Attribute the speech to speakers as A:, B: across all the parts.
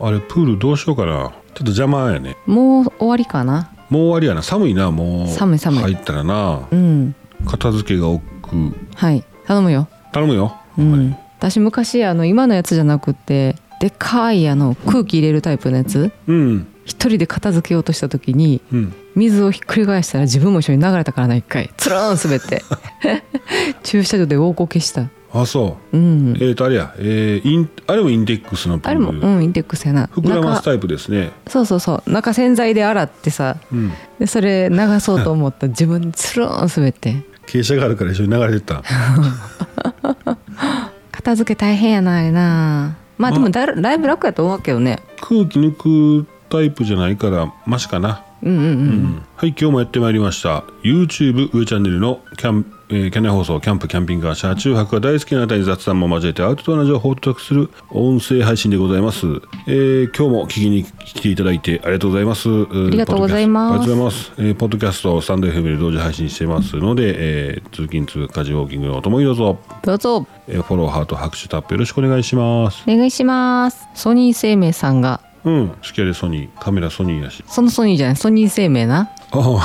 A: あれプールどうしようかなちょっと邪魔やね
B: もう終わりかな
A: もう終わりやな寒いなもう
B: 寒い寒
A: 入
B: い
A: ったらな
B: うん
A: 片付けが億劫
B: はい頼むよ
A: 頼むよ、
B: うん私昔あの今のやつじゃなくてでかいあの空気入れるタイプのやつ
A: うん
B: 一人で片付けようとした時に
A: うん
B: 水をひっくり返したら自分も一緒に流れたからな一回つるん滑って 駐車場でウォークを消した
A: あそうう、
B: ん
A: えっ、とあれや、えー、インあれもインテックスのプ
B: あれも
A: ール
B: うんインテックスやな
A: 膨らます
B: 中
A: タイプですね
B: そうそうそう中洗剤で洗ってさ
A: うん
B: でそれ流そうと思 ったら自分つるん滑って
A: 傾斜があるから一緒に流れて った
B: 片付け大変やなあれなまあでもだだいぶ楽やと思うけどね
A: 空気抜くタイプじゃないからマシかな
B: うんうんうん
A: はい今日もやってまいりました YouTube 上チャンネルのキャン、えー、キャンナイ放送キャンプキャンピングカー車中泊が大好きなあたり雑談も交えてアウトドアな情報をお届けする音声配信でございます、えー今日も聞きに来ていただいてありがとうございますあ
B: りがとうございます
A: ありがとうございます、えーポッドキャストスタンド FM で同時配信していますので、えー通勤通学家事ウォーキングのお供にどうぞ、
B: どうぞ
A: えーフォローハート拍手タップよろしくお願いします
B: お願いしますソニー生命さんが
A: うん好きやでソニーカメラソニーやし
B: そのソニーじゃないソニー生命な
A: ああ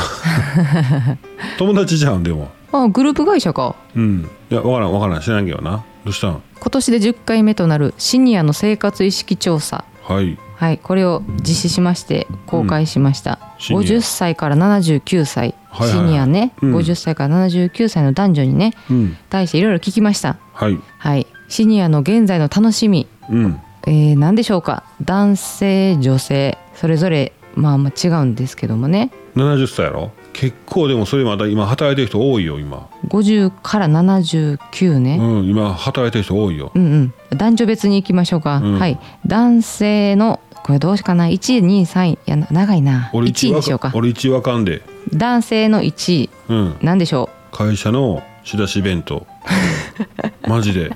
A: 友達じゃんでも
B: あグループ会社か
A: うんいや分からん分からん知らんけどなどうしたん
B: 今年で10回目となるシニアの生活意識調査
A: はい
B: はいこれを実施しまして公開しました、
A: シニア
B: 50歳から79歳、
A: はいはい
B: シニアね、
A: うん
B: 50歳から79歳の男女にね
A: うん
B: 対していろいろ聞きました
A: はい
B: はいシニアの現在の楽しみ、
A: うん
B: えー、何でしょうか男性女性それぞれまあまあ違うんですけどもね
A: 70歳やろ結構でもそれまた今働いてる人多いよ今
B: 50から79ね、
A: うん今働いてる人多いよ
B: うんうん、男女別に行きましょうか、
A: うん
B: はい男性のこれどうしかな1位2位3位いやな長いな
A: 俺
B: 1位にしようか
A: 俺一わかんで
B: 男性の1位
A: うん
B: なんでしょ
A: 会社の仕出し弁当マジで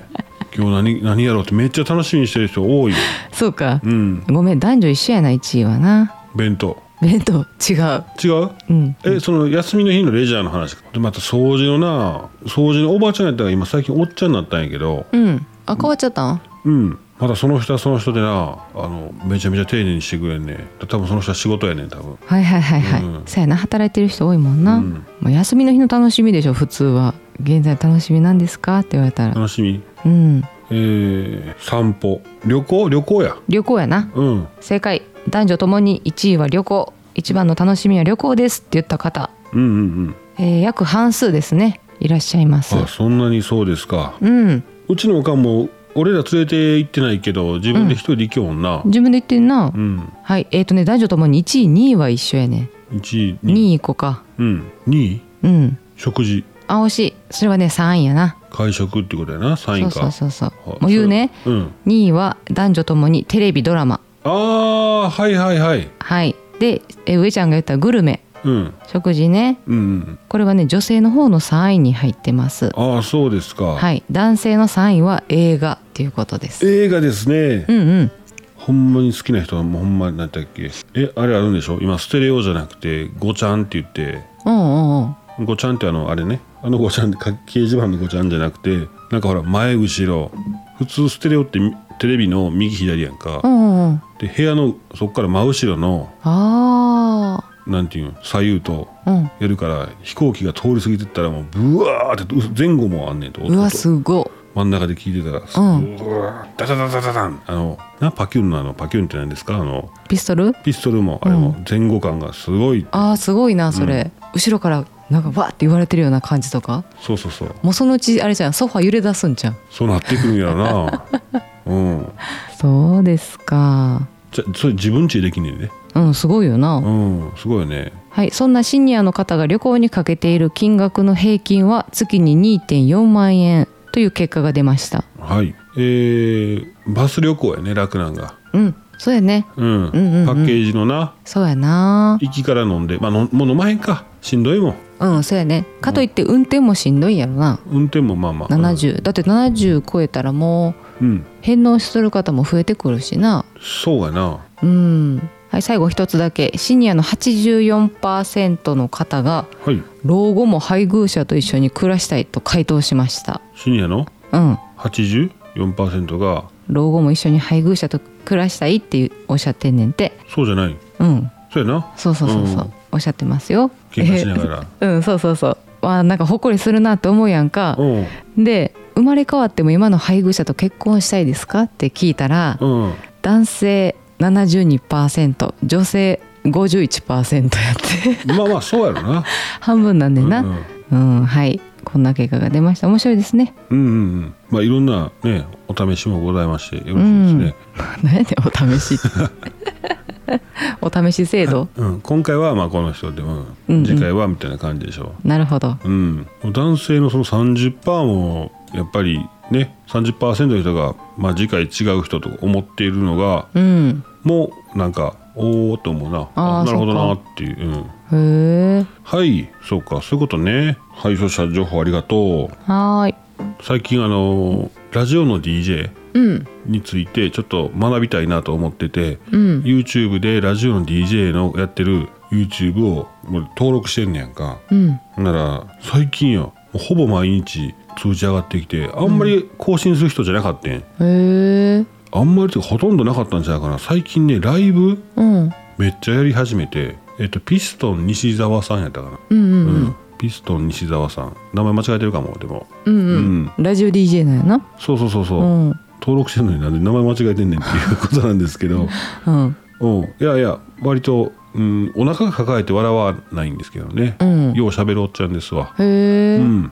A: 今日何何やろうってめっちゃ楽しみにしてる人多いよ
B: うそうか、
A: うん
B: ごめん男女一緒やな1位はな
A: 弁当
B: 弁当違う
A: 違う
B: うん
A: えその休みの日のレジャーの話でまた掃除のな掃除のおばあちゃんやったら今最近おっちゃんになったんやけど
B: うんあ変わっちゃったん
A: うんまだその人はその人でなあのめちゃめちゃ丁寧にしてくれんね多分その人は仕事やねん多分
B: はいはいはいはい、
A: うん
B: そうやな働いてる人多いもんな、
A: うん
B: まあ、休みの日の楽しみでしょ普通は現在楽しみなんですかって言われたら
A: 楽しみ
B: うん
A: えー、散歩旅行旅行や
B: 旅行やな
A: うん
B: 正解男女ともに1位は旅行一番の楽しみは旅行ですって言った方
A: うんうん
B: えー約半数ですねいらっしゃいます
A: うんあそんなにそうですか
B: うん
A: うちのおかんも俺ら連れて行ってないけど自分で一人で行きよんな
B: 自分で言ってん
A: う
B: な、
A: ん、
B: はいえっ、とね男女ともに1位2位は一緒やね
A: 1位
B: 2
A: 2位
B: 位行こうか
A: うん2位
B: うん
A: 食事
B: あ惜しいそれはね3位やな
A: 会食ってことやな3位
B: そう
A: か
B: そうそうそう
A: はい
B: もう言うね
A: それうん
B: 2位は男女ともにテレビドラマ
A: ああーはいはいはい
B: はいで、えー上ちゃんが言ったグルメ
A: うん
B: 食事ね
A: うんうん
B: これはね女性の方の3位に入ってます
A: ああそうですか、
B: はい男性の3位は映画っていうことです
A: 映画ですね、
B: うんうん
A: ほんまに好きな人はもうほんまに何だっけえあれあるんでしょ今ステレオじゃなくてごちゃんって言って
B: うんうんうん
A: ごちゃんってあのあれねあのごちゃんってか掲示板のごちゃんじゃなくてなんかほら前後ろ普通ステレオってみテレビの右左やんか、
B: うんうんうん
A: で部屋のそっから真後ろの
B: あ
A: なんていうん左右と
B: あうん
A: やるから飛行機が通り過ぎてったらもうブワーってう前後もあんねんと
B: うわ
A: 音と
B: すご
A: 真ん中で聞いてたら、
B: うん
A: うわダダダダダダンあのなパキュンのあのパキュンって何ですかあの
B: いピストル
A: ピストルもあれも前後感がすごい、
B: あーすごいなそれ、後ろからなんかわーって言われてるような感じとか
A: そうそうそう
B: もうそのうちあれじゃんソファ揺れ出すんじゃん
A: そうなってくるんやろ なうん
B: そうですか
A: じゃそれ自分ちでできんねんね
B: うんすごいよな、
A: うんすごいよね
B: はいそんなシニアの方が旅行にかけている金額の平均は月に2.4万円という結果が出ました
A: はいえー、バス旅行やね楽なんが
B: うんそうやね
A: うん,、
B: んうんうん
A: パッケージのな
B: そうやな
A: 行きから飲んでまあのもう飲まへんかしんどいもん
B: うんそうやねかといって運転もしんどいんやろな
A: 運転もまあまあ
B: 70だって70超えたらもう
A: うん、うん
B: 返納する方も増えてくるしな
A: そうやな
B: うん、はい、最後一つだけシニアの84%の方が
A: はい
B: 老後も配偶者と一緒に暮らしたいと回答しました
A: シニアの
B: うん
A: 84%が
B: 老後も一緒に配偶者と暮らしたいっていうおっしゃってんねんて
A: そうじゃない
B: うん
A: そうやな
B: そうそうそうそう、
A: うん
B: おっしゃってますよ
A: 喧嘩しながら、
B: え ーうんそうそうそうわあなんか誇りするなって思うやんか
A: うん
B: で生まれ変わっても今の配偶者と結婚したいですかって聞いたら
A: うん
B: 男性72%女性51%やって
A: まあまあそうやろな
B: 半分なんで
A: うんう
B: な、
A: ん
B: うん、はい。こんな結果が出ました。面白いですね。
A: うんうんうんまあいろんなねお試しもございましてよろしいですね、
B: 何やねん、お試 しって。お試し制度
A: うん、今回はまあこの人で、うん
B: うんうん
A: 次回はみたいな感じでしょ
B: なるほど。
A: う、うん、男性のその30%もやっぱりね30%の人が、まあ、次回違う人と思っているのが
B: うん。
A: もうなんかおおと思うな
B: あー
A: なるほど
B: そ
A: な
B: う
A: っていう、うん、
B: へえ。
A: はいそうかそういうことね配送者情報ありがと
B: はーい。
A: う最近あのラジオの DJ
B: うん。
A: についてちょっと学びたいなと思ってて、
B: うん。
A: YouTube でラジオの DJ のやってる YouTube をもう登録してんねやんか
B: うん。
A: なら最近やほぼ毎日通知上がってきてあんまり更新する人じゃなかったん、
B: へえ。
A: あんまりってかほとんどなかったんじゃないかな最近ねライブ
B: うん。
A: めっちゃやり始めてえっとピストン西澤さんやったかな
B: うんうん
A: う
B: うんん。
A: ピストン西澤さん名前間違えてるかもでも
B: うん
A: う
B: うんん。ラジオ DJ なんやな。
A: そうそうそうそう
B: う、ん。うん。
A: 登録してるのになんで名前間違えてんねんっていうことなんですけどうんいやいや割と、うん、お腹が抱えて笑わないんですけどね、
B: うん
A: よう喋るおっちゃんですわ、
B: へえ
A: う。ん、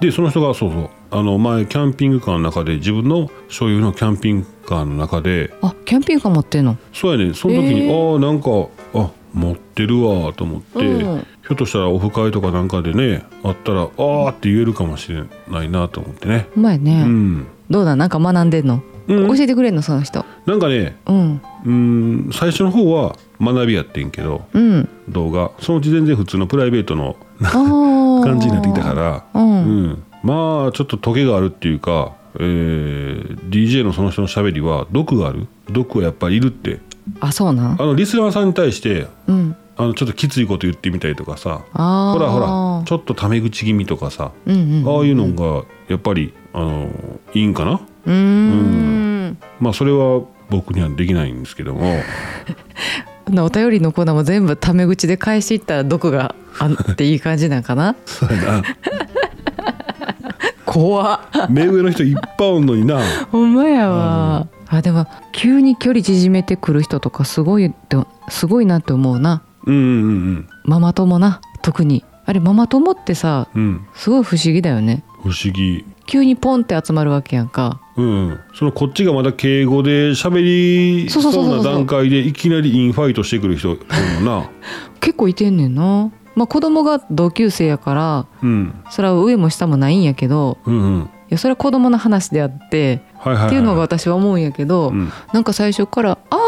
A: でその人がそうそうあの前キャンピングカーの中で自分の所有のキャンピングカーの中で
B: あ、キャンピングカー持ってんの
A: そうやねその時に、
B: へー
A: ああなんかあ持ってるわと思って、
B: うん
A: ひょっとしたらオフ会とかなんかでねあったらああって言えるかもしれないなと思ってね
B: ほんまや
A: う
B: ね。
A: ん、
B: どうだなんか学んでんの
A: うん
B: 教、えてくれんのその人。
A: なんかね
B: うん。
A: うん最初の方は学びやってんけど
B: うん。
A: 動画そのうち全然普通のプライベートの
B: ああ。
A: 感じになってきたから
B: ら。う
A: うん、
B: ん。
A: まあちょっとトゲがあるっていうか、えー DJ のその人のしゃべりは毒がある毒はやっぱりいるって
B: あ、そうなん
A: あ。のリスナーさんに対して
B: うん。
A: あのちょっときついこと言ってみたりとかさ
B: ああ。
A: ほらほらちょっとタメ口気味とかさ
B: うんうん、
A: ああいうのがやっぱりあのいいんかな
B: うーん
A: まあそれは僕にはできないんですけども。
B: お便りのコーナーも全部タメ口で返していったら毒があっていい感じなんかな
A: そうや
B: 怖っ
A: な目上の人いっぱいおんのにな
B: ほんまやわ、あでも急に距離縮めてくる人とかすごいってすごいなって思うな
A: うんうんうん
B: ママ友な特にあれママ友ってさ
A: うんうん
B: すごい不思議だよね
A: 不思議
B: 急にポンって集まるわけやんか
A: うんうんそのこっちがまだ敬語で喋り
B: そう
A: そ
B: そうそうそうう
A: な段階でいきなりインファイトしてくる人おるもんな
B: 結構いてんねんなまあ子供が同級生やから
A: うん
B: それは上も下もないんやけど
A: うんうん
B: いやそれは子供の話であって
A: はいはい、はい、
B: っていうのが私は思うんやけど、
A: うん
B: なんか最初から「あ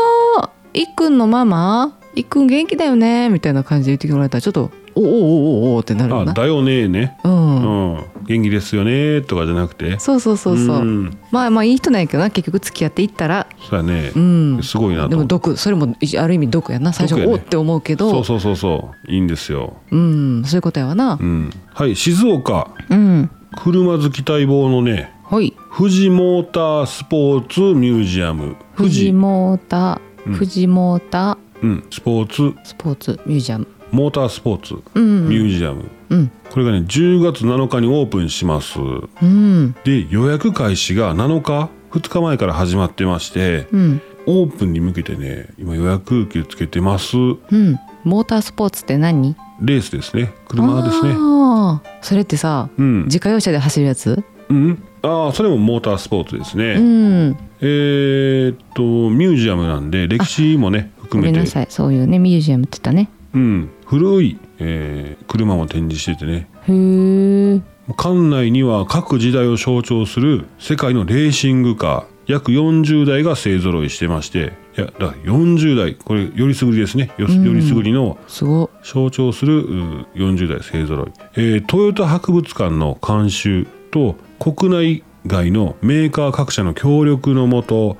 B: ーいっくんのママいっくん元気だよね」みたいな感じで言ってもらえたらちょっと「おおおおおお」ってなるよ
A: あ
B: な。
A: だよねーね
B: うん
A: うん、元気ですよねーとかじゃなくて
B: そうそうそうそう、
A: ん
B: まあまあいい人なんやけどな結局付き合っていったら
A: そうやね
B: う、ん
A: すごいなと思
B: でも
A: って
B: 毒それも一ある意味毒やな最初、
A: 毒やね
B: おおって思うけど
A: そうそうそうそういいんですよ、
B: うん、そういうことやわな
A: うん、はい静岡
B: うん
A: 車好き待望のね
B: ほい
A: 富士モータースポーツミュージアム
B: 富士モーター、
A: うん
B: 富士モータ
A: うん、スポーツ
B: ースポーツミュージアム
A: モータースポーツ
B: う
A: ミ
B: ん
A: ュージアム、
B: うん
A: これがね10月7日にオープンします
B: うん
A: で予約開始が7日2日前から始まってまして
B: うん
A: オープンに向けてね今予約受け付けてます
B: うんモータースポーツって何
A: レースですね車ですね
B: あーそれってさ、
A: うん、
B: 自家用車で走るやつ？
A: うん、ああそれもモータースポーツですね、
B: うん。
A: えーっとミュージアムなんで歴史もね
B: ご
A: 含
B: め
A: め
B: んな
A: て、
B: さい、そういうねミュージアムって言ったね。
A: うん、古い、えー車も展示しててね
B: へえ。
A: 館内には各時代を象徴する世界のレーシングカー約40台が勢ぞろいしてましていやだから40台これよりすぐりですねよ,、
B: うん
A: よりすぐりの
B: すご
A: 象徴するうー40台勢ぞろい、えートヨタ博物館の監修と国内外のメーカー各社の協力のもと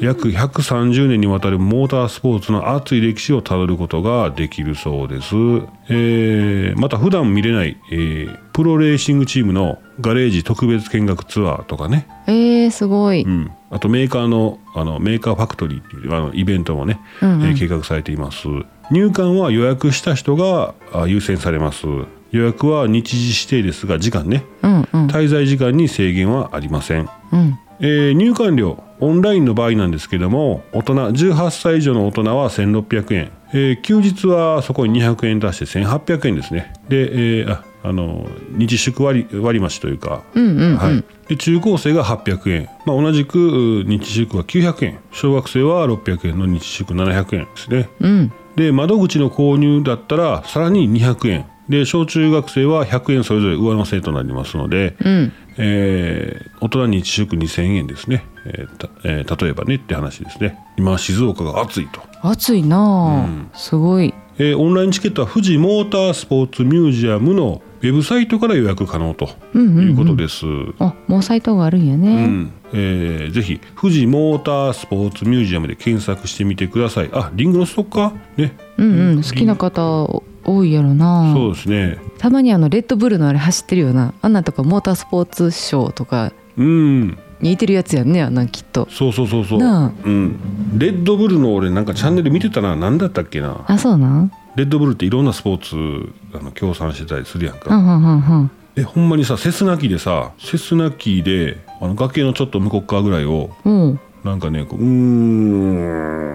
A: 約130年にわたるモータースポーツの熱い歴史をたどることができるそうです、えーまた普段見れない、えープロレーシングチームのガレージ特別見学ツアーとかね、
B: えー、すごい、
A: うん、あとメーカーのあのメーカーファクトリーっていうあのイベントもね、
B: うんうん
A: えー計画されています入館は予約した人があ優先されます予約は日時指定ですが時間ね
B: うんうん
A: 滞在時間に制限はありません、
B: うん
A: えー入館料オンラインの場合なんですけども大人18歳以上の大人は1600円、えー休日はそこに200円足して1800円ですねで、えーああの日宿割割増というか、
B: うんうん
A: はい、で中高生が800円、まあ、同じくう日宿は900円小学生は600円の日宿700円ですね
B: うん
A: で窓口の購入だったらさらに200円で小中学生は100円それぞれ上乗せとなりますので、
B: うん
A: えー大人に1食2000円ですね、えーたえー例えばねって話ですね今静岡が暑いと、
B: 暑いなあ、すごい
A: えーオンラインチケットは富士モータースポーツミュージアムのウェブサイトから予約可能ということです、
B: あもうサイトがあるんや
A: う
B: ね、
A: んえーぜひ富士モータースポーツミュージアムで検索してみてくださいあリングのストッカーね
B: うん、うん好きな方多いやろな
A: そうですね
B: たまにあのレッドブルのあれ走ってるよなあんなんとかモータースポーツショーとか
A: うん
B: にいてるやつやんねあんなんきっと
A: そうそうそうそう、
B: なあ
A: うん、レッドブルの俺なんかチャンネル見てたな何だったっけな
B: あそうなん
A: レッドブルっていろんなスポーツあの協賛してたりするやん
B: う
A: か、
B: んうんうんうん
A: えほんまにさセスナ機でさセスナ機であの崖のちょっと向こう側ぐらいを
B: おう
A: なんかねこううー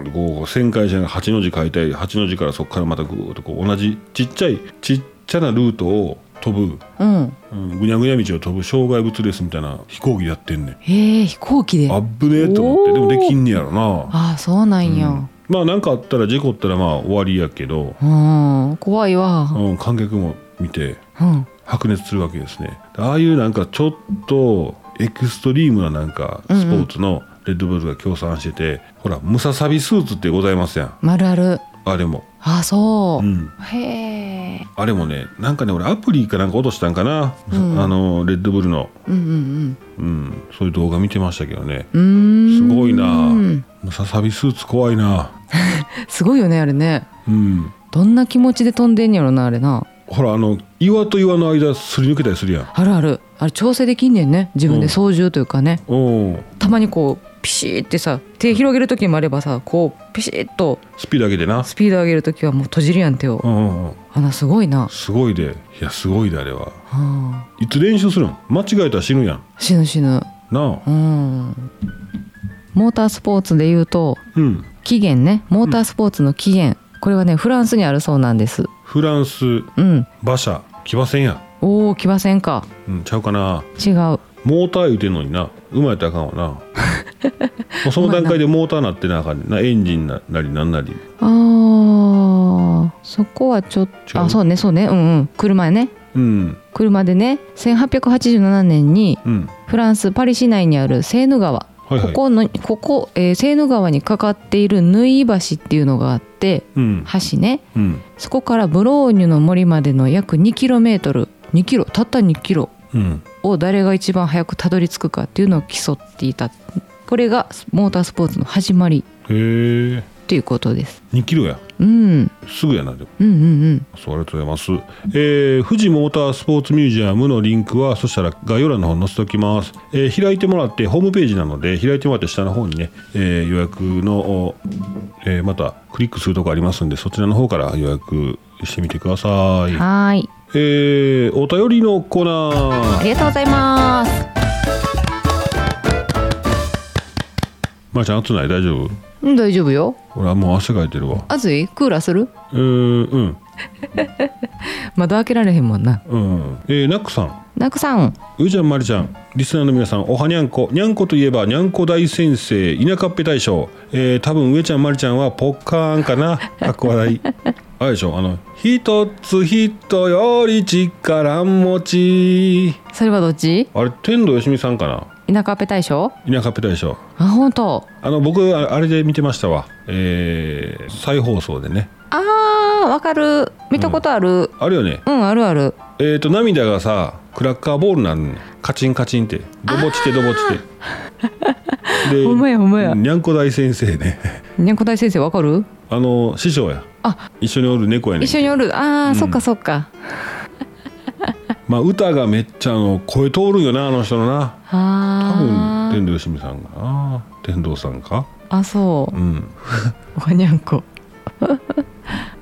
A: んってこう旋回車が8の字変えたり8の字からそこからまたぐーっとこう同じちっちゃいちっちゃなルートを飛ぶ、
B: うん
A: うん、ぐにゃぐにゃ道を飛ぶ障害物レースみたいな飛行機やってんねん
B: へえ飛行機で
A: あ
B: あ
A: っぶねえと思ってでも
B: おー
A: できんねやろな
B: あそうなんや、
A: まあなんかあったら事故ったらまあ終わりやけど、
B: うん、怖いわ。
A: うん、観客も見て
B: うん、
A: 白熱するわけですねああいうなんかちょっとエクストリームななんかスポーツのレッドブルが協賛してて、ほらムササビスーツってございますやん
B: まるある。
A: あれも、
B: あ、そうう。
A: ん、
B: へえ。
A: あれもねなんかね俺アプリかなんか落としたんかな、
B: うん
A: あのレッドブルの、
B: うん
A: うん、そういう動画見てましたけどね
B: うんうん。うーん。
A: すごいな
B: うん
A: ムササビスーツ怖いな
B: すごいよね、あれね。
A: うん
B: どんな気持ちで飛んでんやろな、あれな。
A: ほらあの岩と岩の間すり抜けたりするやん
B: あるある。あれ調整できんねんね。自分で操縦というかね。
A: おー
B: たまにこう、ピシーってさ、手広げる時もあればさ、こう、ピシッと。
A: スピード上げてな、
B: スピード上げる時はもう閉じるやん手を
A: う。んうんうん、
B: あな、すごいな。
A: すごいでいやすごいであれは
B: うん。
A: いつ練習するん間違えたら死ぬやん
B: 死ぬ死ぬ。
A: なあ
B: うん。モータースポーツで言うと。
A: うん
B: 起源ねモータースポーツの起源、これはねフランスにあるそうなんです
A: フランス
B: うん
A: 馬車騎馬戦や
B: おお来ませんか
A: うんちゃうかな
B: 違う
A: モーター言うてんのにな馬やったらあかんわ なもうその段階でモーターなってなあかんねんなエンジンななりなんなり
B: あーそこはちょっと
A: 違う
B: あそうねそうねうんうん車やね
A: うん
B: 車でね1887年に
A: うん
B: フランスパリ市内にあるセーヌ川、
A: はいはい
B: ここのここ、えーセーヌ川にかかっている縫い橋っていうのがあって
A: うん
B: 橋ね
A: うん
B: そこからブローニュの森までの約 2km2 キロたった2キロ
A: うん
B: を誰が一番早くたどり着くかっていうのを競っていたこれがモータースポーツの始まり
A: へえ
B: ということです、
A: 2キロや
B: うん、
A: すぐやなでも
B: うんうんうん
A: そうありがとうございます、えー富士モータースポーツミュージアムのリンクはそしたら概要欄の方に載せておきます、えー開いてもらってホームページなので開いてもらって下の方にね、えー予約の、おえーまたクリックするとこありますんでそちらの方から予約してみてください、
B: はーい
A: えーお便りのコーナ
B: あ
A: ー
B: りがとうございます
A: まー、ちゃん暑ない大丈夫
B: うん大丈夫よ
A: 俺はもう汗かいてるわ
B: 暑いクーラーする
A: うーんうん
B: 窓開けられへんもんな
A: うんえーナックさん
B: ナクさん
A: うーちゃんまりちゃんリスナーの皆さんおはにゃんこにゃんこといえばにゃんこ大先生田舎っぺ大将、えー、多分上ちゃんまりちゃんはポッカーンか なかっこ笑いあれでしょあの「一つ人より力持ち
B: それはどっち」
A: あれ天童よしみさんか
B: 田舎っぺ大将
A: な田舎っぺ大将
B: あ本当
A: あの僕ああれで見てましたわえー、再放送でね
B: あーわかる見たことある
A: あるよね
B: うん、あるある
A: えっ、ー、と涙がさクラッカーボールなんカチンカチンってどぼちてどぼちて で
B: ほんまやほんまや
A: にゃんこ大先生ね
B: にゃんこ大先生わかる
A: あの師匠や
B: あ
A: 一緒におる猫やねん
B: 一緒におるあー、そっかそっか
A: まあ歌がめっちゃあの声通るんよなあの人のな多
B: あ
A: 分
B: ー
A: 天童よしみさんかな天童さんか
B: あそ
A: うん
B: う おにゃんこ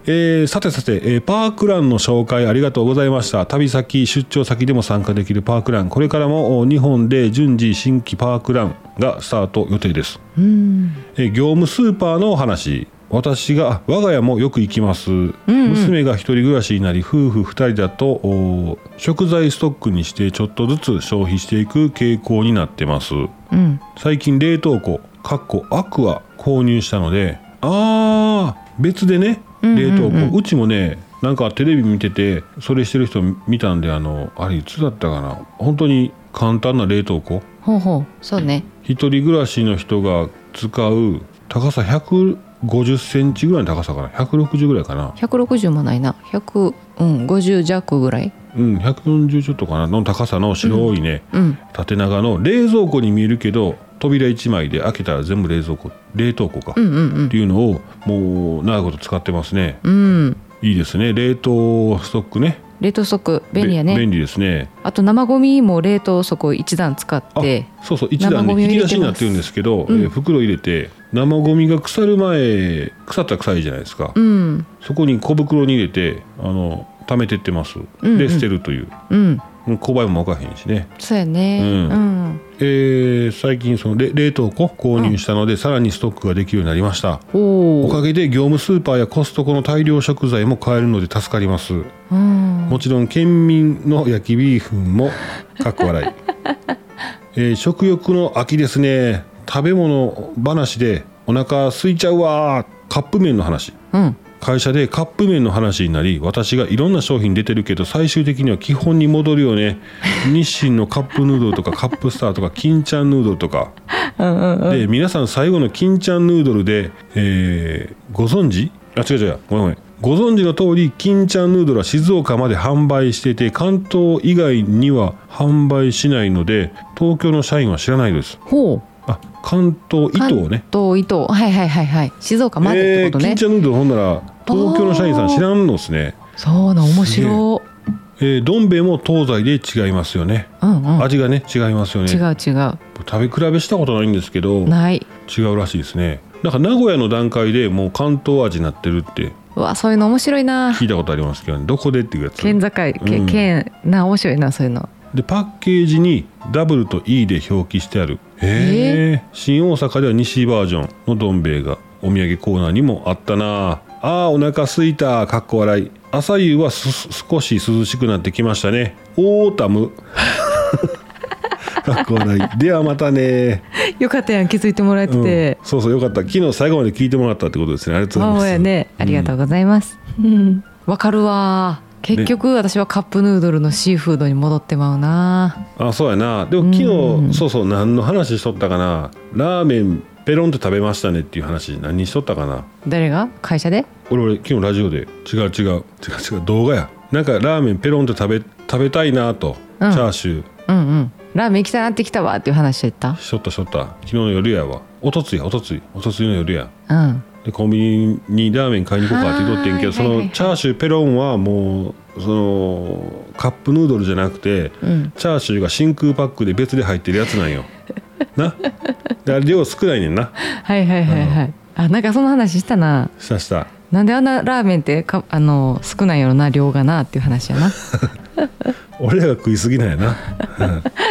A: えーさてさて、えーパークランの紹介ありがとうございました旅先出張先でも参加できるパークランこれからもお日本で順次新規パークランがスタート予定です、
B: うん
A: えー業務スーパーのお話私があ我が家もよく行きます、
B: うん
A: 娘が一人暮らしになり夫婦二人だとお食材ストックにしてちょっとずつ消費していく傾向になってます
B: うん
A: 最近冷凍庫かっこアクア購入したのであー別でね
B: うん
A: 冷凍庫、うちもねなんかテレビ見ててそれしてる人見たんであのあれいつだったかな本当に簡単な冷凍庫
B: ほうほうそうね
A: 一人暮らしの人が使う高さ150センチぐらいの高さかな160ぐらいかな
B: 160もないな150、うん、50弱ぐらい
A: うん140ちょっとかなの高さの白いね、
B: うん
A: 縦長の冷蔵庫に見えるけど扉1枚で開けたら全部冷蔵庫冷凍庫か、
B: うんうん
A: っていうのをもう長いこと使ってますね
B: うんうん
A: いいですね冷凍ストックね
B: 冷凍即便利や
A: べ
B: ね
A: 便利ですね
B: あと生ゴミも冷凍即一段使っ
A: あ
B: て
A: そうそう一段
B: 生
A: ね
B: ゴミを
A: 引き
B: 入
A: 出
B: れてます
A: しになってるんですけど、
B: うん
A: えー袋入れて生ゴミが腐る前腐ったら臭いじゃないですか、
B: うん
A: そこに小袋に入れてあの溜めてってます、
B: うんう
A: で
B: ん
A: 捨てるという
B: うん
A: もう購買も分からへんしね
B: そうやね
A: うん
B: うん、
A: えー最近そのれ冷凍庫購入したので、さらにストックができるようになりました
B: お
A: お
B: お
A: かげで業務スーパーやコストコの大量食材も買えるので助かります
B: うん
A: もちろん県民の焼きビーフンもかっこ 笑い、えー食欲の秋ですね食べ物話でお腹空いちゃうわーカップ麺の話
B: うん
A: 会社でカップ麺の話になり私がいろんな商品出てるけど最終的には基本に戻るよ ね日清のカップヌードルとかカップスターとか金ちゃんヌードルとか
B: うんうんうん
A: で皆さん最後の金ちゃんヌードルで、えーご存知あ違う違うごめんごめんご存知の通り金ちゃんヌードルは静岡まで販売していて関東以外には販売しないので東京の社員は知らないです
B: ほう
A: あ関東伊東ね
B: と糸はいはいはいはい静岡までってこと
A: えー
B: ね
A: 金、ちゃんヌードルほんなら東京の社員さん知らんのですね
B: そうなん面白
A: えーどん兵衛も東西で違いますよね
B: いうんうん
A: 味がね違いますよね
B: 違う違う
A: 食べ比べしたことないんですけど
B: ない
A: 違うらしいですねなんか名古屋の段階でもう関東味になってるって
B: うわそういうの面白いな
A: 聞いたことありますけど、ね、どこでっていうやつ
B: 県境け
A: うん
B: 県な面白いなそういうの
A: でパッケージに W と E で表記してあるへえ新大阪では西バージョンのどん兵衛がお土産コーナーにもあったなあーお腹すいたかっこ笑い朝夕はすす少し涼しくなってきましたねオータ ムかっこ笑いではまたね、
B: よかったやん気づいてもらえて
A: うん
B: て、
A: そうそうよかった昨日最後まで聞いてもらったってことですねありがとうございます
B: 母親ねありがとうございますわかるわ結局私はカップヌードルのシーフードに戻ってまうな
A: あそうやなでも昨日、そうそう何の話しとったかなラーメンペロンって食べましたねっていう話何しとったかな
B: 誰が会社で
A: 俺俺昨日ラジオで違う違う違う違う動画やなんかラーメンペロンって食べ食べたいなと、
B: うん
A: チャーシュー
B: うんうんラーメン行きたなってきたわっていう話を言った
A: しとったしとった昨日の夜やわおとついおとついおとついの夜や
B: うん
A: でコンビニにラーメン買いに行こうかって言っとってんけど
B: あー
A: そ
B: はいはい
A: の
B: はい
A: チャーシューペロンはもうそのカップヌードルじゃなくて、
B: うん
A: チャーシューが真空パックで別で入ってるやつなんよなであれ量少ないねんな
B: はいはいはいはいあなんかその話したな
A: したした
B: なんであんなラーメンってかあの少ないよな量がなっていう話 やな
A: 俺らが食いすぎなんやな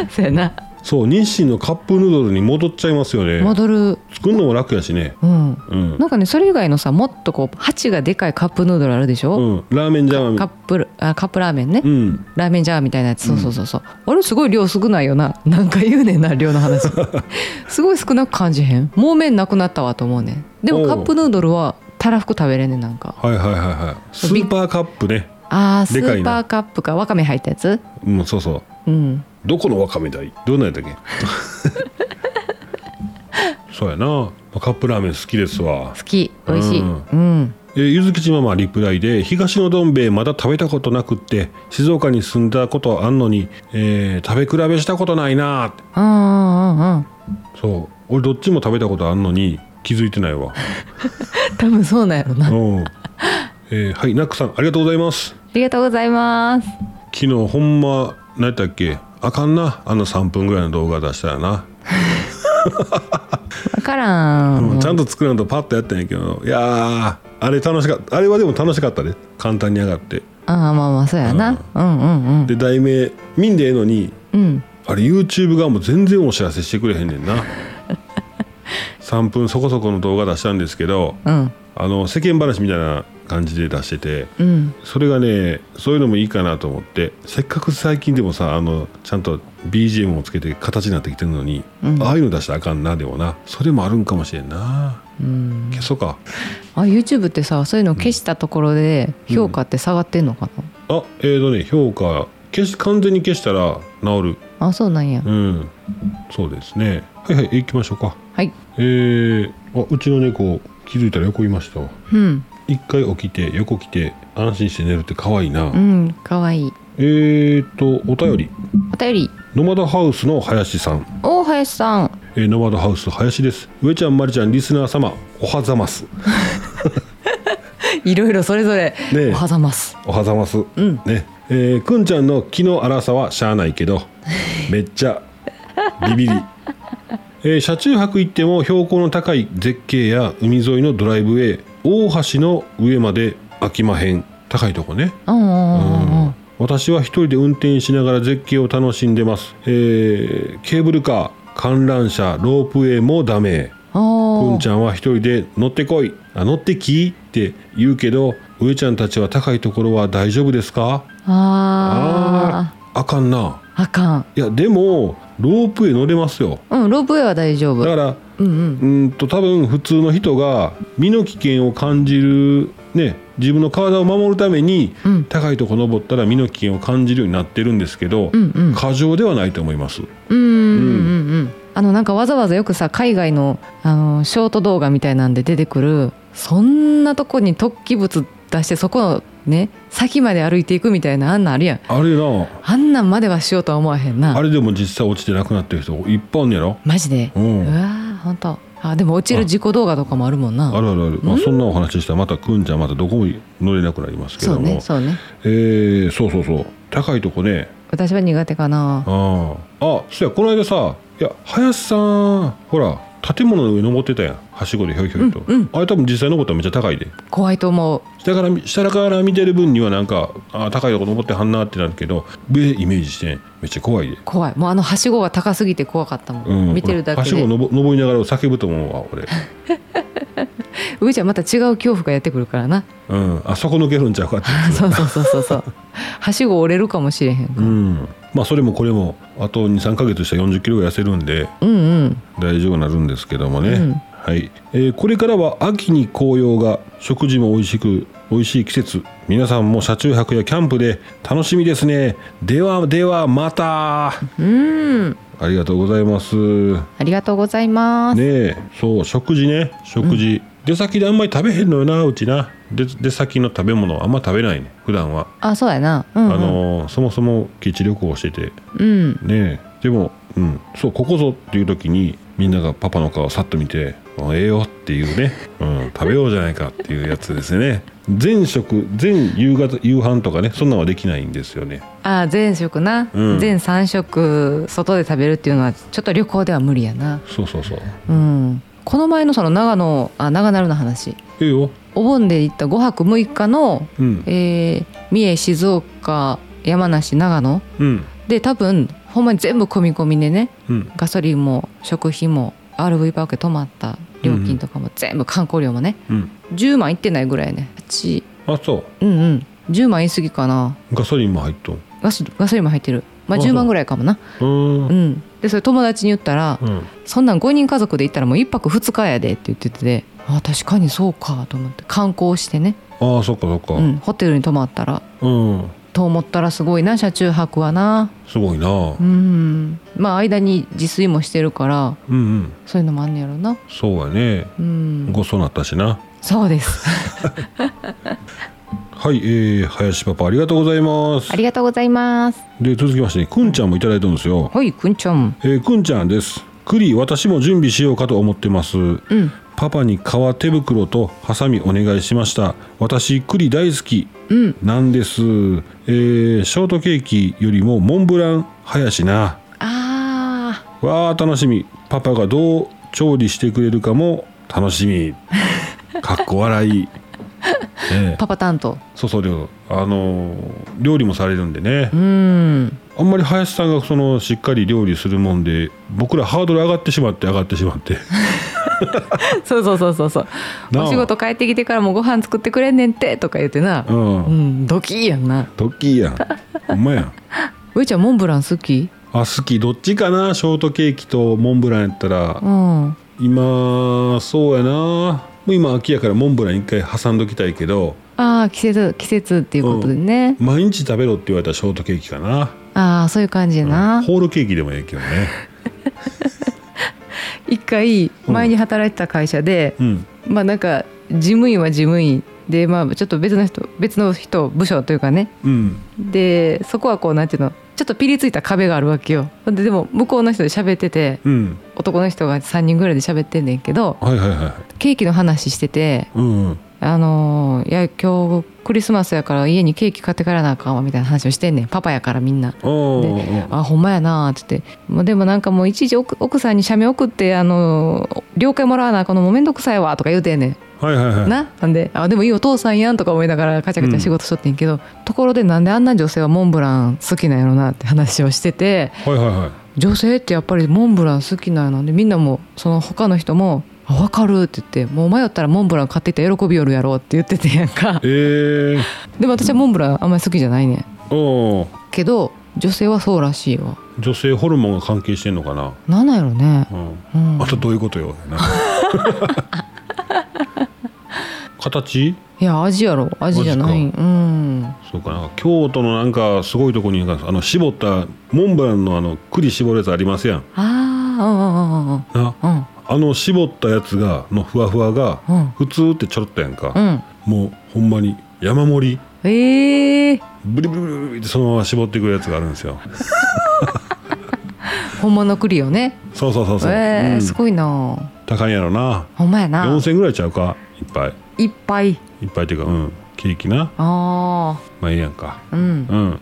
B: そうやな
A: そう日清のカップヌードルに戻っちゃいますよね
B: 戻る
A: 作るのも楽やしね
B: うん
A: うん、
B: なんかねそれ以外のさもっとこう鉢がでかいカップヌードルあるでしょ、
A: うん、ラーメンジャーマン
B: カップあカップラーメンね、
A: うん
B: ラーメンジャーみたいなやつそうそうそうそう、あれすごい量少ないよななんか言うねんな量 の話すごい少なく感じへんもう麺なくなったわと思うねんで
A: お
B: も
A: う
B: カップヌードルはたらふく食べれんねんなんか
A: はいはいはいはいスーパーカップね
B: あース
A: でかいな
B: ーパーカップかわかめ入ったやつ
A: うんそうそう
B: うん
A: どこのわかめだいどんなんやったっけ そうやなまあカップラーメン好きですわ
B: 好き美味しい
A: うん
B: うん
A: えーゆずきちママリプライで東のどん兵衛まだ食べたことなくって静岡に住んだことあんのに、えー食べ比べしたことないなって
B: うんうんうん うん
A: そう俺どっちも食べたことあんのに気づいてないわ
B: 多分そうなんやろなあ
A: うん、えーはいナックさんありがとうございます
B: りがとうございます
A: 昨日ほんま何やったっけあかんなあの3分ぐらいの動画出したらな、
B: わからん、
A: うんちゃんと作らんとパッとやったんやけどいやーあれ楽しかったあれはでも楽しかったで簡単に上がって
B: ああまあまあそうやな、うん、うんうん
A: で題名見んでええのに
B: うん
A: あれ YouTube 側も全然お知らせしてくれへんねん な3分そこそこの動画出したんですけど
B: うん
A: あの世間話みたいな感じで出してて
B: うん
A: それがねそういうのもいいかなと思ってせっかく最近でもさあのちゃんと BGM をつけて形になってきてるのに、ああいうの出したらあかんなでもなそれもあるんかもしれんな
B: うん
A: 消そうか
B: あ YouTube ってさそういうのを消したところで評価って下がってんのかな、
A: あえーとね評価消し完全に消したら治る
B: あそうなんや、
A: うんそうですねはいはい行きましょうか
B: はい
A: えー、あうちの猫気づいたら横いましたわ
B: うん
A: 一回起きて横来て安心して寝るって可愛いな、
B: うんかわいい
A: えーとお便り
B: お便り
A: ノマドハウスの林さん、
B: 大林さん
A: えーノマドハウス林です上ちゃんまりちゃんリスナー様おはざます
B: いろいろそれぞれ
A: え
B: おはざます
A: おはざます、
B: ん
A: ねえーくんちゃんの気の荒さはしゃあないけどめっちゃビビり、えー車中泊行っても標高の高い絶景や海沿いのドライブへ大橋の上まで飽きまへん高いとこね
B: うんうんうんうん
A: 私は一人で運転しながら絶景を楽しんでます、えーケーブルカー観覧車ロープウェイもダメく
B: あ
A: んちゃんは一人で乗ってこいあ乗ってきって言うけど上ちゃんたちは高いところは大丈夫ですか
B: ああ
A: あーあかんな
B: ああかん
A: いやでもロープウェイ乗れますよ
B: うんロープウェイは大丈夫
A: だから
B: うんう
A: うんーんと多分普通の人が身の危険を感じるね自分の体を守るために、
B: うん
A: 高いとこ登ったら身の危険を感じるようになってるんですけど、
B: うんうん
A: 過剰ではないと思います
B: うんうんうんうんあのなんかわざわざよくさ海外のあのショート動画みたいなんで出てくるそんなとこに突起物出してそこのね先まで歩いていくみたいなあんなんあるやん
A: あれな
B: あんなんまではしようとは思わへんな
A: あれでも実際落ちてなくなってる人いっぱいおんねやろ
B: マジで
A: う
B: うんわーほんとあでも落ちる事故動画とかもあるもん
A: あ
B: な
A: るあるある、まあ、そんなお話ししたらまたくんちゃんまたどこも乗れなくなりますけ
B: そ
A: ど
B: う
A: も
B: ねそうね
A: えーそうそうそう高いとこね
B: 私は苦手かな
A: あーあそうやこの間さいや林さんほら建物の上登ってたやんはしごでひょいひょいと、
B: うんうん
A: あれ多分実際登ったらめっちゃ高いで
B: 怖いと思う
A: 下から見下から見てる分にはなんかあー高いとこ登ってはんなってなるけど上イメージしてめっちゃ怖いで、
B: 怖いもうあのはしごは高すぎて怖かったも、
A: うんん、
B: 見てるだ
A: は
B: け
A: しご
B: で
A: 登登りながら叫ぶと思うわ 俺、
B: 上ちゃんまた違う恐怖がやってくるから な
A: うん、あそこ抜けるんちゃうかって
B: そうそうそうそうそうはしご折れるかもしれへんから
A: うんまあそれもこれもあと23か月したら4 0キロが痩せるんで
B: うんうん
A: 大丈夫になるんですけどもね、
B: うん
A: はい、えーこれからは秋に紅葉が食事も美味しく美味しい季節皆さんも車中泊やキャンプで楽しみですねではではまたあ
B: うん
A: りがとうございますね
B: ありがとうございます、
A: えそう食事ね食事、出先であんまり食べへんのよなうちなで出先の食べ物あんま食べないね普段は、
B: あそうやなうんうん
A: あのーそもそも基地旅行をしてて
B: うん
A: ねえでも、うん、そうここぞっていう時にみんながパパの顔をさっと見て「あええよ」っていうね、うん、食べようじゃないかっていうやつですね全食全夕方夕飯とかねそんなんはできないんですよね
B: あ全食な、
A: うん
B: 全3食外で食べるっていうのはちょっと旅行では無理やな
A: そうそうそう
B: うんこの前のその長野あ長野の話
A: ええよ
B: お盆で行った5泊6日の、
A: うん
B: えー三重静岡山梨長野
A: うん
B: で多分ほんまに全部込み込みでね
A: うん
B: ガソリンも食費も RV パークで泊まった料金とかも全部観光料もね
A: うん
B: 10万いってないぐらいね8
A: あそ
B: うんうん10万い過ぎかな
A: うガソリンも入っとん
B: ガスガソリンも入ってるまあ
A: あそう
B: 10万ぐらいかもな
A: うーん
B: う、んでそれ友達に言ったら
A: うん、
B: 「そんなん5人家族で行ったらもう1泊2日やで」って言っててあ確かにそうかと思って観光してね、
A: ああそっかそっか
B: うん、ホテルに泊まったら
A: うん、
B: と思ったらすごいな車中泊はな
A: すごいな、うん
B: う、んまあ間に自炊もしてるから
A: うん
B: そういうのもあんねやろな
A: そうやね
B: うん
A: ごちそうなったしな
B: そうです
A: はい、えー、林パパありがとうございます
B: ありがとうございます
A: で続きましてねくんちゃんもいただいたんですよ、
B: はいくんちゃん
A: えー、くんちゃんです栗私も準備しようかと思ってます、
B: うん
A: パパに革手袋とハサミお願いしました私栗大好き
B: うん
A: なんです、えー、ショートケーキよりもモンブラン早しな
B: あ
A: わあ楽しみパパがどう調理してくれるかも楽しみかっこ笑い、ねえ
B: ーパパ担当
A: そうそう料あのー料理もされるんでね
B: うん
A: あんまり林さんがそのしっかり料理するもんで僕らハードル上がってしまって上がってしまって
B: そうそうそうそうそう
A: なあ
B: お仕事帰ってきてからもご飯作ってくれんねんてとか言ってな
A: う
B: うんんドキーやんな
A: ドッキーやんほんまやん
B: 上ちゃんモンブラン好き
A: あ好きどっちかなショートケーキとモンブランやったら
B: うん
A: 今そうやなもう今秋やからモンブラン一回挟んどきたいけど
B: ああ季節季節っていうことでね、
A: 毎日食べろって言われたらショートケーキかな
B: ああそういう感じやな、
A: ホールケーキでもええけどね
B: 一回前に働いてた会社で、
A: うん
B: まあなんか事務員は事務員でまあちょっと別の人別の人部署というかね
A: うん
B: でそこはこうなんていうのちょっとピリついた壁があるわけよででも向こうの人で喋ってて
A: うん
B: 男の人が3人ぐらいで喋ってんねんけど
A: はいはいはい
B: ケーキの話してて
A: うんうん
B: 「あのーいや今日クリスマスやから家にケーキ買ってからなあかんわ」みたいな話をしてんねんパパやからみんな。
A: あー
B: あほんまやなって言って、まあ、でもなんかもういちいち奥奥さんに写メ送ってあの了解もらわなあかんのもめんどくさいわとか言うてんねん、
A: はいはいはい
B: ななんであでもいいお父さんやんとか思いながらカチャカチャ仕事しとってんけど、ところでなんであんな女性はモンブラン好きなんやろなって話をしてて
A: はいはいはい
B: 女性ってやっぱりモンブラン好きなんやなんでみんなもその他の人も「あ分かる」って言って「もう迷ったらモンブラン買っていったら喜びよるやろ」って言っててんやんか
A: えー、
B: でも私はモンブランあんまり好きじゃないねん
A: おー
B: けど女性はそうらしいわ
A: 女性ホルモンが関係してんのかな、
B: なんなんやろね
A: うん、
B: うん
A: あとどういうことよなんか形
B: いや味やろ味じゃないうん
A: そうかなんか京都のなんかすごいとこになんかあの絞ったモンブランのあの栗絞るやつありますやん
B: ああ
A: な
B: うんうんうん
A: あの絞ったやつがのふわふわが
B: うん
A: 普通ってちょろっとやん
B: う
A: か、
B: んうん
A: もうほんまに山盛り
B: ええ
A: ブリブリブリブリってそのまま絞ってくるやつがあるんですよ
B: 本物栗よね
A: そうそうそうそう、
B: え
A: う
B: え
A: ん
B: すごいな
A: 高いんやろな
B: ほんまやな
A: 4000ぐらいちゃうかいっぱい
B: いっぱい
A: いっぱいっていうかうんケーキな
B: あ
A: まあええやんか
B: あうん
A: うん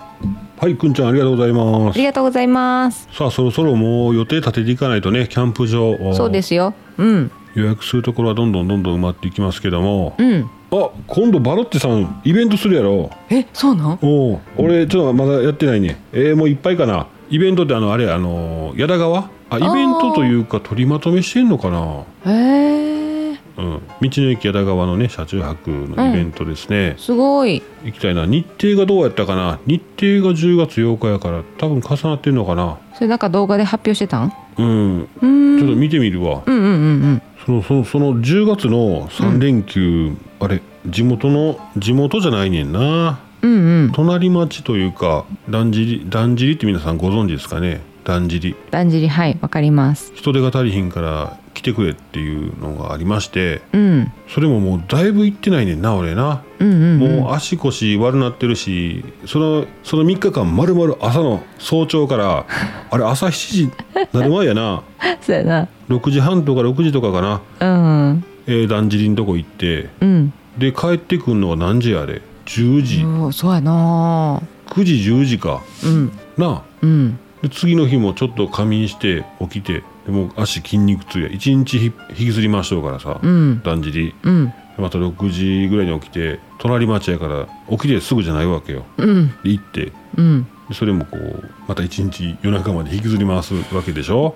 A: はいくんちゃんありがとうございま
B: あ
A: す
B: りがとうございます
A: さあそろそろもう予定立てていかないとねキャンプ場
B: そうですようん
A: 予約するところはどんどんどんどん埋まっていきますけども、
B: うん
A: あ今度バロッテさんイベントするやろ
B: えそうなん
A: おう俺ちょっとまだやってないねえー、もういっぱいかなイベントってあのあれあの矢田川あイベントというか取りまとめしてんのかな
B: ええ
A: うん、道の駅矢田川のね車中泊のイベントですね、
B: すごい
A: 行きたいな日程がどうやったかな日程が10月8日やから多分重なってるのかな
B: それなんか動画で発表してたん
A: うん
B: う
A: ち
B: ん
A: ょっと見てみるわ、
B: うんうんうんうん
A: そのそのその10月の3連休、あれ地元の地元じゃないねんな
B: うんうん
A: 隣町というかだんじりだんじりって皆さんご存知ですかねだんじり
B: だんじりはいわかります
A: 人手が足りひんから来てくれっていうのがありまして
B: うん
A: それももうだいぶ行ってないねんな俺な、
B: うんうんうん
A: もう足腰悪なってるしそのその3日間まるまる朝の早朝から あれ朝7時なる前やな
B: そうやな
A: 6時半とか6時とかかな、
B: うん
A: えーだんじりのとこ行って
B: うん
A: で帰ってくるのは何時やあれ10時、
B: うんそうやな
A: 9時10時か
B: うん
A: なあ
B: うん
A: で次の日もちょっと仮眠して起きてでもう足筋肉痛や一日ひ引きずり回しとうからさ、
B: うん
A: だんじり
B: うん
A: また6時ぐらいに起きて隣町やから起きてすぐじゃないわけよ
B: うん
A: で行って
B: うん
A: でそれもこうまた一日夜中まで引きずり回すわけでしょ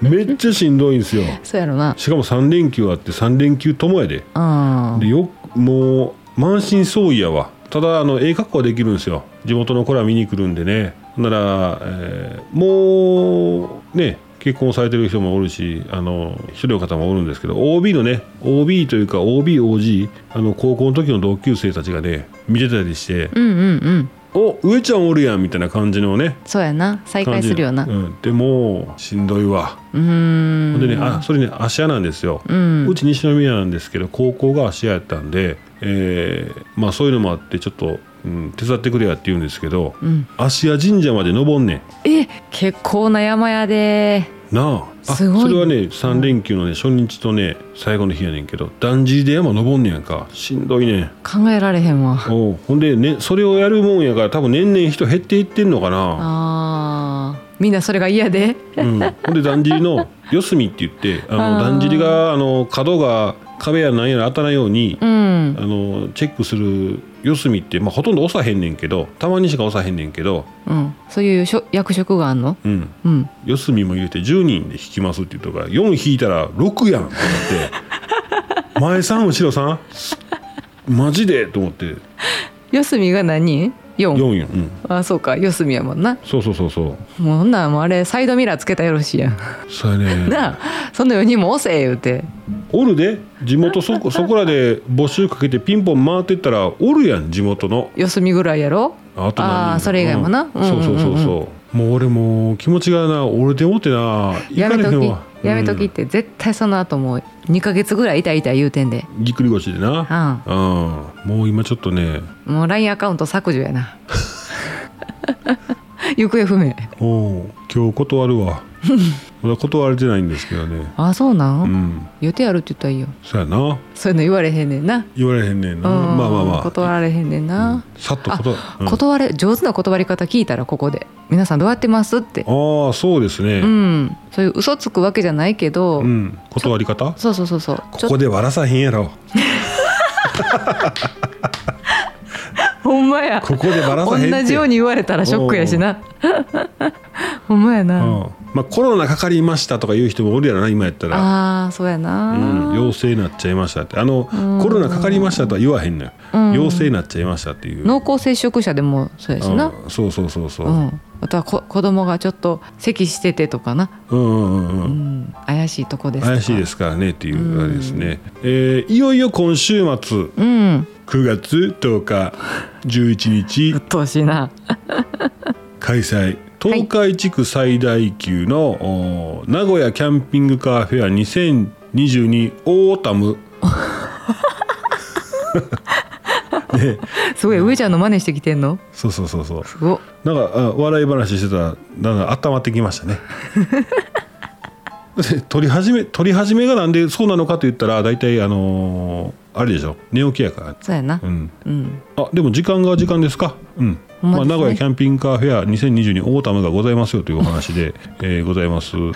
A: めっちゃしんどいんですよ
B: そうやろな
A: しかも3連休あって3連休ともやで
B: あ
A: でよくもう満身創痍やわただあのええ格好はできるんですよ地元の子ら見に来るんでねほんなら、えーもうね結婚されてる人もおるしあの一人の方もおるんですけど OB のね OB というか OBOG あの高校の時の同級生たちがね見てたりして
B: うんうんうん
A: お上ちゃんおるやんみたいな感じのね
B: そうやな再開するよな
A: 感じうん、でもしんどいわ、
B: うーん
A: ほんでねあそれね芦屋なんですよ、
B: う
A: うんち西宮なんですけど高校が芦屋やったんで、えーまあ、そういうのもあってちょっと、うん、手伝ってくれやって言うんですけど
B: うん
A: 芦屋神社まで登んねん
B: え結構な山やで
A: なああ
B: すごい
A: それはね3連休のね初日とね最後の日やねんけどだんじりで山登んねやんかしんどいねん
B: 考えられへんわ
A: おうほんで、ね、それをやるもんやから多分年々人減っていってんのかな、
B: あーみんなそれが嫌で
A: うん、ほんでだんじりの四隅って言ってあの
B: あー
A: だんじりがあの角が壁やなんやら当たらんように、
B: うん
A: あのチェックする四隅って、まあ、ほとんど押さへんねんけどたまにしか押さへんねんけど、
B: うんそういうしょ役職があんの
A: うん、
B: うん
A: 四隅も入れて10人で引きますっていうとか4引いたら6やんってな って前さん後ろさんマジでと思って
B: 四隅が何4
A: 4やん、うん、
B: あそうか四隅やもんな
A: そうそうそうそう
B: もうほんならもうあれサイドミラーつけたらよろしいやん
A: それね
B: なあその4人も押せ言うて
A: おるで地元そ こそこらで募集かけてピンポン回ってったらおるやん地元の
B: 四隅ぐらいやろ
A: あと何人
B: あー
A: か
B: それ以外もな
A: うんそうそうそう
B: うんうん
A: そうもう俺もう気持ちがな俺でもってな
B: やめ
A: 行か
B: と
A: れへん
B: き
A: わ
B: やめときって絶対その後もう2ヶ月ぐらい痛い痛い言うてんで
A: うんぎっくり腰でな
B: う
A: うんもう今ちょっとね
B: んもう LINE アカウント削除や な行方不明
A: おう今日断る わまだ断れてないんですけどね
B: あそうなん、
A: うん
B: 言うてやるって言ったらいいよ
A: そやな
B: そういうの言われへんねんな
A: 言われへんねんな
B: うん
A: まあまあまあ
B: 断られへんねんな、
A: さっと
B: あ
A: 断うん
B: 断れ上手な断り方聞いたらここで皆さんどうやってますって
A: ああそうですね
B: うんそういう嘘つくわけじゃないけど、
A: うん断り方
B: そうそうそうそうち
A: こ
B: ょっと
A: こで割らさへんやろ
B: ほんまや
A: ここでバラさ
B: 同
A: へんって
B: じように言われたらショックやしな ほんまや
A: う
B: な、
A: んまあコロナかかりましたとか言う人もおるやろな今やったら、
B: ああそうやな、
A: うん、陽性になっちゃいましたってあの
B: うん
A: コロナかかりましたとは言わへんのよ、
B: うん
A: 陽性になっちゃいましたっていう
B: 濃厚接触者でもそうやしな、
A: うんそうそうそうそう
B: う、ん、あとはこ子供がちょっと咳しててとかな、
A: うんうんうんう
B: うんん、怪しいとこですとか
A: 怪しいですすからねっていうあれですね、えーいよいよ今週末
B: うん
A: 9月10日11日
B: うっとうしいな
A: 開催東海地区最大級の、おー名古屋キャンピングカーフェア2022オータムね
B: すごい上ちゃんの真似してきてんの
A: そうそうそうそう
B: すごっ
A: なんかあ笑い話してたらなんか温まってきましたね で撮り始め撮り始めがなんでそうなのかと言ったら大体あのーあれでしょ寝起きやから
B: そうやな
A: うん
B: うん、
A: あでも時間が時間ですかうん
B: ほん
A: ま
B: ま
A: あ、
B: ですね
A: 名古屋キャンピングカーフェア2022オータムがございますよというお話で、えーございますもう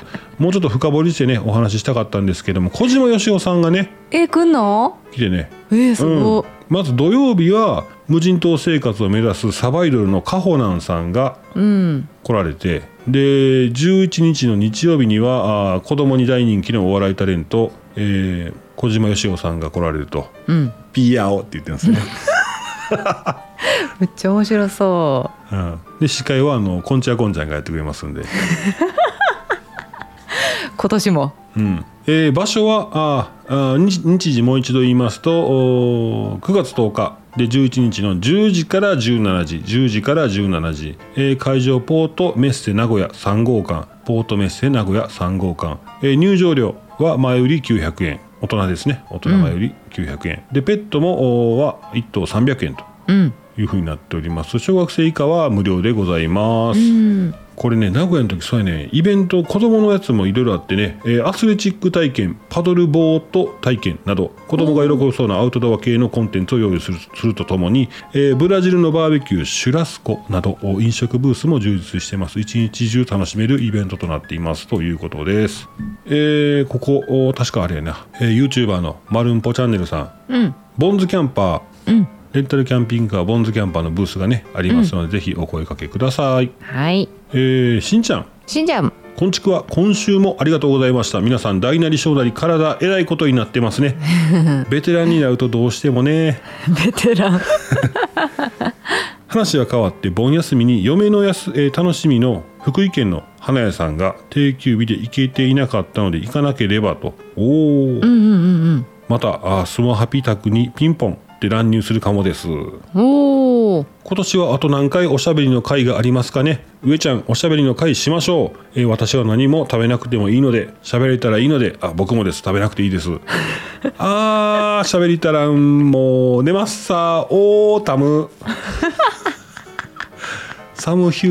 A: ちょっと深掘りしてねお話ししたかったんですけども小島よしおさんがね
B: えー、来んの
A: 来てね
B: えー、すごっ、
A: うん、まず土曜日は無人島生活を目指すサバイドルのカホナンさんが
B: うん
A: 来られてで11日の日曜日にはあー子供に大人気のお笑いタレント、えー小島よしおさんが来られると
B: うん
A: 「ピアオ」って言ってますね、
B: めっちゃ面白そ
A: うん、で司会はあのこんちゃこんちゃんがやってくれますんで、
B: う今年も
A: うんえー場所はあーあー日日時もう一度言いますとおー9月10日で11日の10時から17時10時から17時、えー会場ポートメッセ名古屋3号館ポートメッセ名古屋3号館、えー入場料は前売り900円大人ですね大人前売り900円、でペットもおーは1頭300円と
B: うん
A: いうふうになっております小学生以下は無料でございます、
B: うん
A: これね名古屋の時そうやねイベント子供のやつもいろいろあってね、えーアスレチック体験パドルボート体験など子供が喜びそうなアウトドア系のコンテンツを用意するするとともに、えーブラジルのバーベキューシュラスコなどお飲食ブースも充実してます一日中楽しめるイベントとなっていますということです、えーここお確かあれやな、えー、YouTuber のまるんぽチャンネルさん
B: うん
A: ボンズキャンパー、
B: うん
A: レンタルキャンピングカーボンズキャンパーのブースがねありますので、ぜひお声かけください
B: はい
A: えー、しんちゃん、
B: しんちゃん
A: こんちくは今週もありがとうございました。皆さん、大なり小なり、体、えらいことになってます ね。ベテランになるとどうしてもね。
B: ベテラン
A: 話は変わって、盆休みに嫁のやす、えー楽しみの福井県の花屋さんが定休日で行けていなかったので行かなければと。おー
B: うんうんうん
A: また、あースマハピ宅にピンポンで乱入するかもです。
B: うんおおお
A: 今年はあと何回おしゃべりの会がありますかね上ちゃんおしゃべりの会しましょう、えー私は何も食べなくてもいいので喋れたらいいのであ僕もです食べなくていいです あー喋りたらんもう寝ますさおータム サムヒュ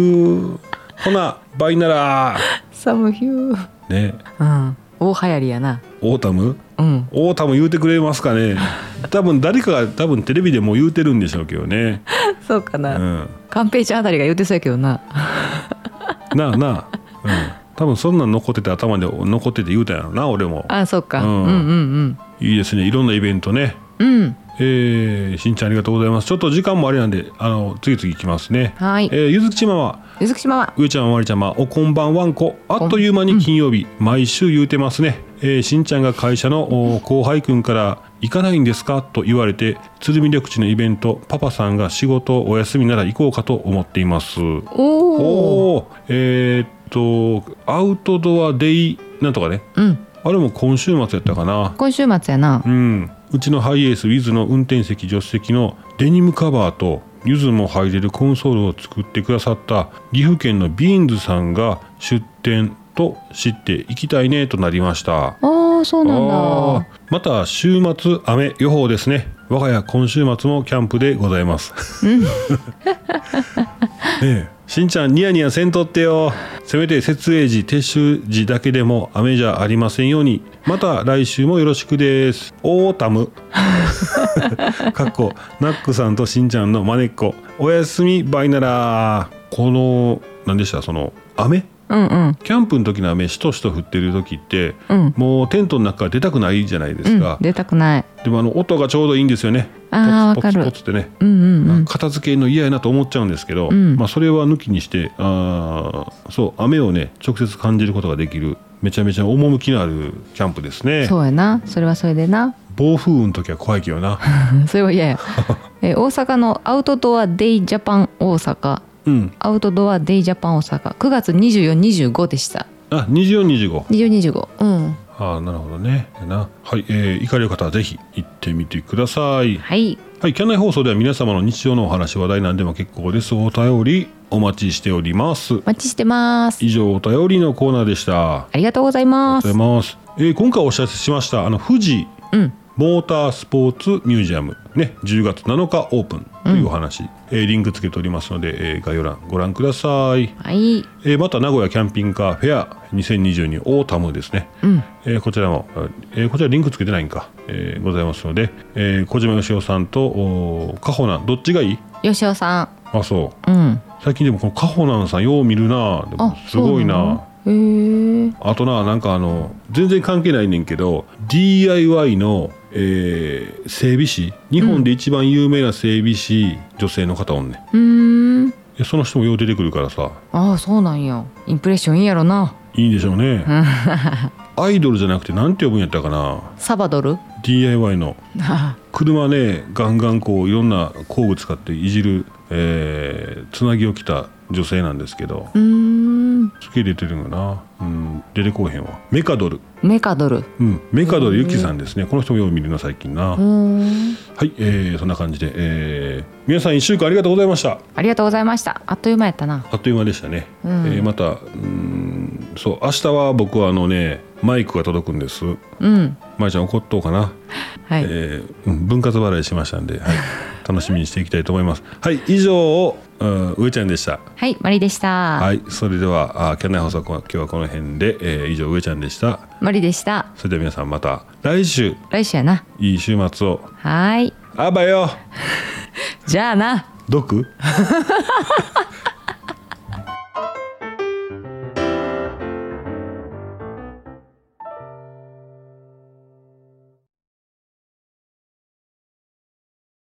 A: ーほなバイなら
B: サムヒュー
A: ね
B: うん大流行りやな
A: オータム
B: うん
A: オータム言うてくれますかね多分誰かが多分テレビでもう言うてるんでしょうけどね
B: そうか
A: う
B: な、
A: ん
B: 寛平ちゃんあたりが言ってそうやけどな
A: なあなあ、うん、多分そんなん残ってて頭で残ってて言うたんやろな俺も
B: あそうか、
A: う
B: うんん、うん
A: いいですねいろんなイベントね
B: うんうん
A: えー、しんちゃんありがとうございますちょっと時間もあれなんであの次々いきますね
B: はい
A: えー、ゆずきちまは
B: ゆずきしまは
A: 上ちゃんまりちゃんまおこんばんわんこあっという間に金曜日、毎週言うてますね、えーしんちゃんが会社のお後輩くんから「行かないんですか?」と言われて鶴見緑地のイベントパパさんが仕事お休みなら行こうかと思っています
B: おお
A: おーえーっとアウトドアデイなんとかね
B: うん
A: あれも今週末やったかな
B: 今週末やな
A: うんうちのハイエースウィズの運転席助手席のデニムカバーとゆずも入れるコンソールを作ってくださった岐阜県のビーンズさんが出店と知って行きたいねとなりました
B: ああそうなん
A: あー
B: だ
A: また週末雨予報ですね我が家今週末もキャンプでございます ねえしんちゃんニヤニヤせんとってよせめて設営時撤収時だけでも雨じゃありませんようにまた来週もよろしくですオータ ムかっこナックさんとしんちゃんのまねっこおやすみバイならこの何でしたその雨
B: うんうん
A: キャンプの時の雨しとしと降ってる時って、
B: うん
A: もうテントの中から出たくないじゃないで
B: う
A: す
B: ん
A: か、
B: 出たくない
A: でもあの音がちょうどいいんですよね
B: あー
A: ポツポツ
B: わかる
A: ポツってね、
B: うんうんうん
A: 片付けるの嫌やなと思っちゃうんですけど、
B: うん
A: まあ、それは抜きにしてあーそう雨をね直接感じることができるめちゃめちゃ趣のあるキャンプですね
B: そうやなそれはそれでな
A: 暴風雨の時は怖いけどな
B: それ は嫌やえ大阪のアウトドアデイジャパン大阪
A: うん
B: アウトドアデイジャパン大阪9月2425でした
A: あ2425
B: 2425うん
A: ああなるほどねなはい、えー行かれる方はぜひ行ってみてください
B: はい
A: はい、キャンナイ放送では皆様の日常のお話、話題なんでも結構です。お便りお待ちしております。
B: お待ちしてます
A: 以上、お便りのコーナーでした。あ
B: ありがとうございま
A: りがとう
B: す
A: ございます。えー今回お知らせしました、あの、富士
B: うん
A: モータースポーツミュージアム、ね、10月7日オープンというお話、えーリンクつけておりますので、えー概要欄ご覧ください。
B: はい
A: えーまた名古屋キャンピングカーフェア2022オータムですね、
B: うん
A: えーこちらも、えーこちらリンクつけてないんか、えーございますので、えー小島よしおさんとおーカホナンどっちがいい
B: 吉尾さ
A: あそ
B: んうん
A: う最近でもこのカホナンさんよう見るなでも
B: あ
A: すごいな
B: そうなのへえ
A: あとななんかあの全然関係ないねんけど DIY の、えー整備士日本で一番有名な整備士、女性の方おんねんいう
B: ーん
A: やその人もよう出てくるからさ
B: ああそうなんやインプレッションいいやろない
A: いんでしょう ねアイドルじゃなくてなんて呼ぶんやったかな
B: サバドル
A: DIY の
B: あ
A: 車ねガンガンこういろんな工具使っていじる、えーつなぎを着た女性なんですけど
B: うーん
A: すげえ出てるんかなうん出てこうへんわメカドル
B: メカドル
A: うん、メカドルゆきさんですね、この人もよう見るな最近な、
B: うーん
A: はい、えーそんな感じで、えー皆さん1週間ありがとうございました
B: ありがとうございましたあっという間やったな
A: あっという間でしたね、
B: うん
A: えーまたうーんそう明日は僕はあのねマイクが届くんです
B: うん
A: まいちゃん怒っとうかな、
B: はい、
A: えーうん分割払いしましたんで、 はい、楽しみにしていきたいと思いますはい以上を、うん、上ちゃんでした
B: はいマリでした、
A: はいそれではあーキャンナイ放送今日はこの辺で、えー以上上ちゃんでした
B: マリでした
A: それでは皆さんまた来週
B: 来週やない
A: い週末を
B: はーい
A: あばよ
B: じゃあな
A: 毒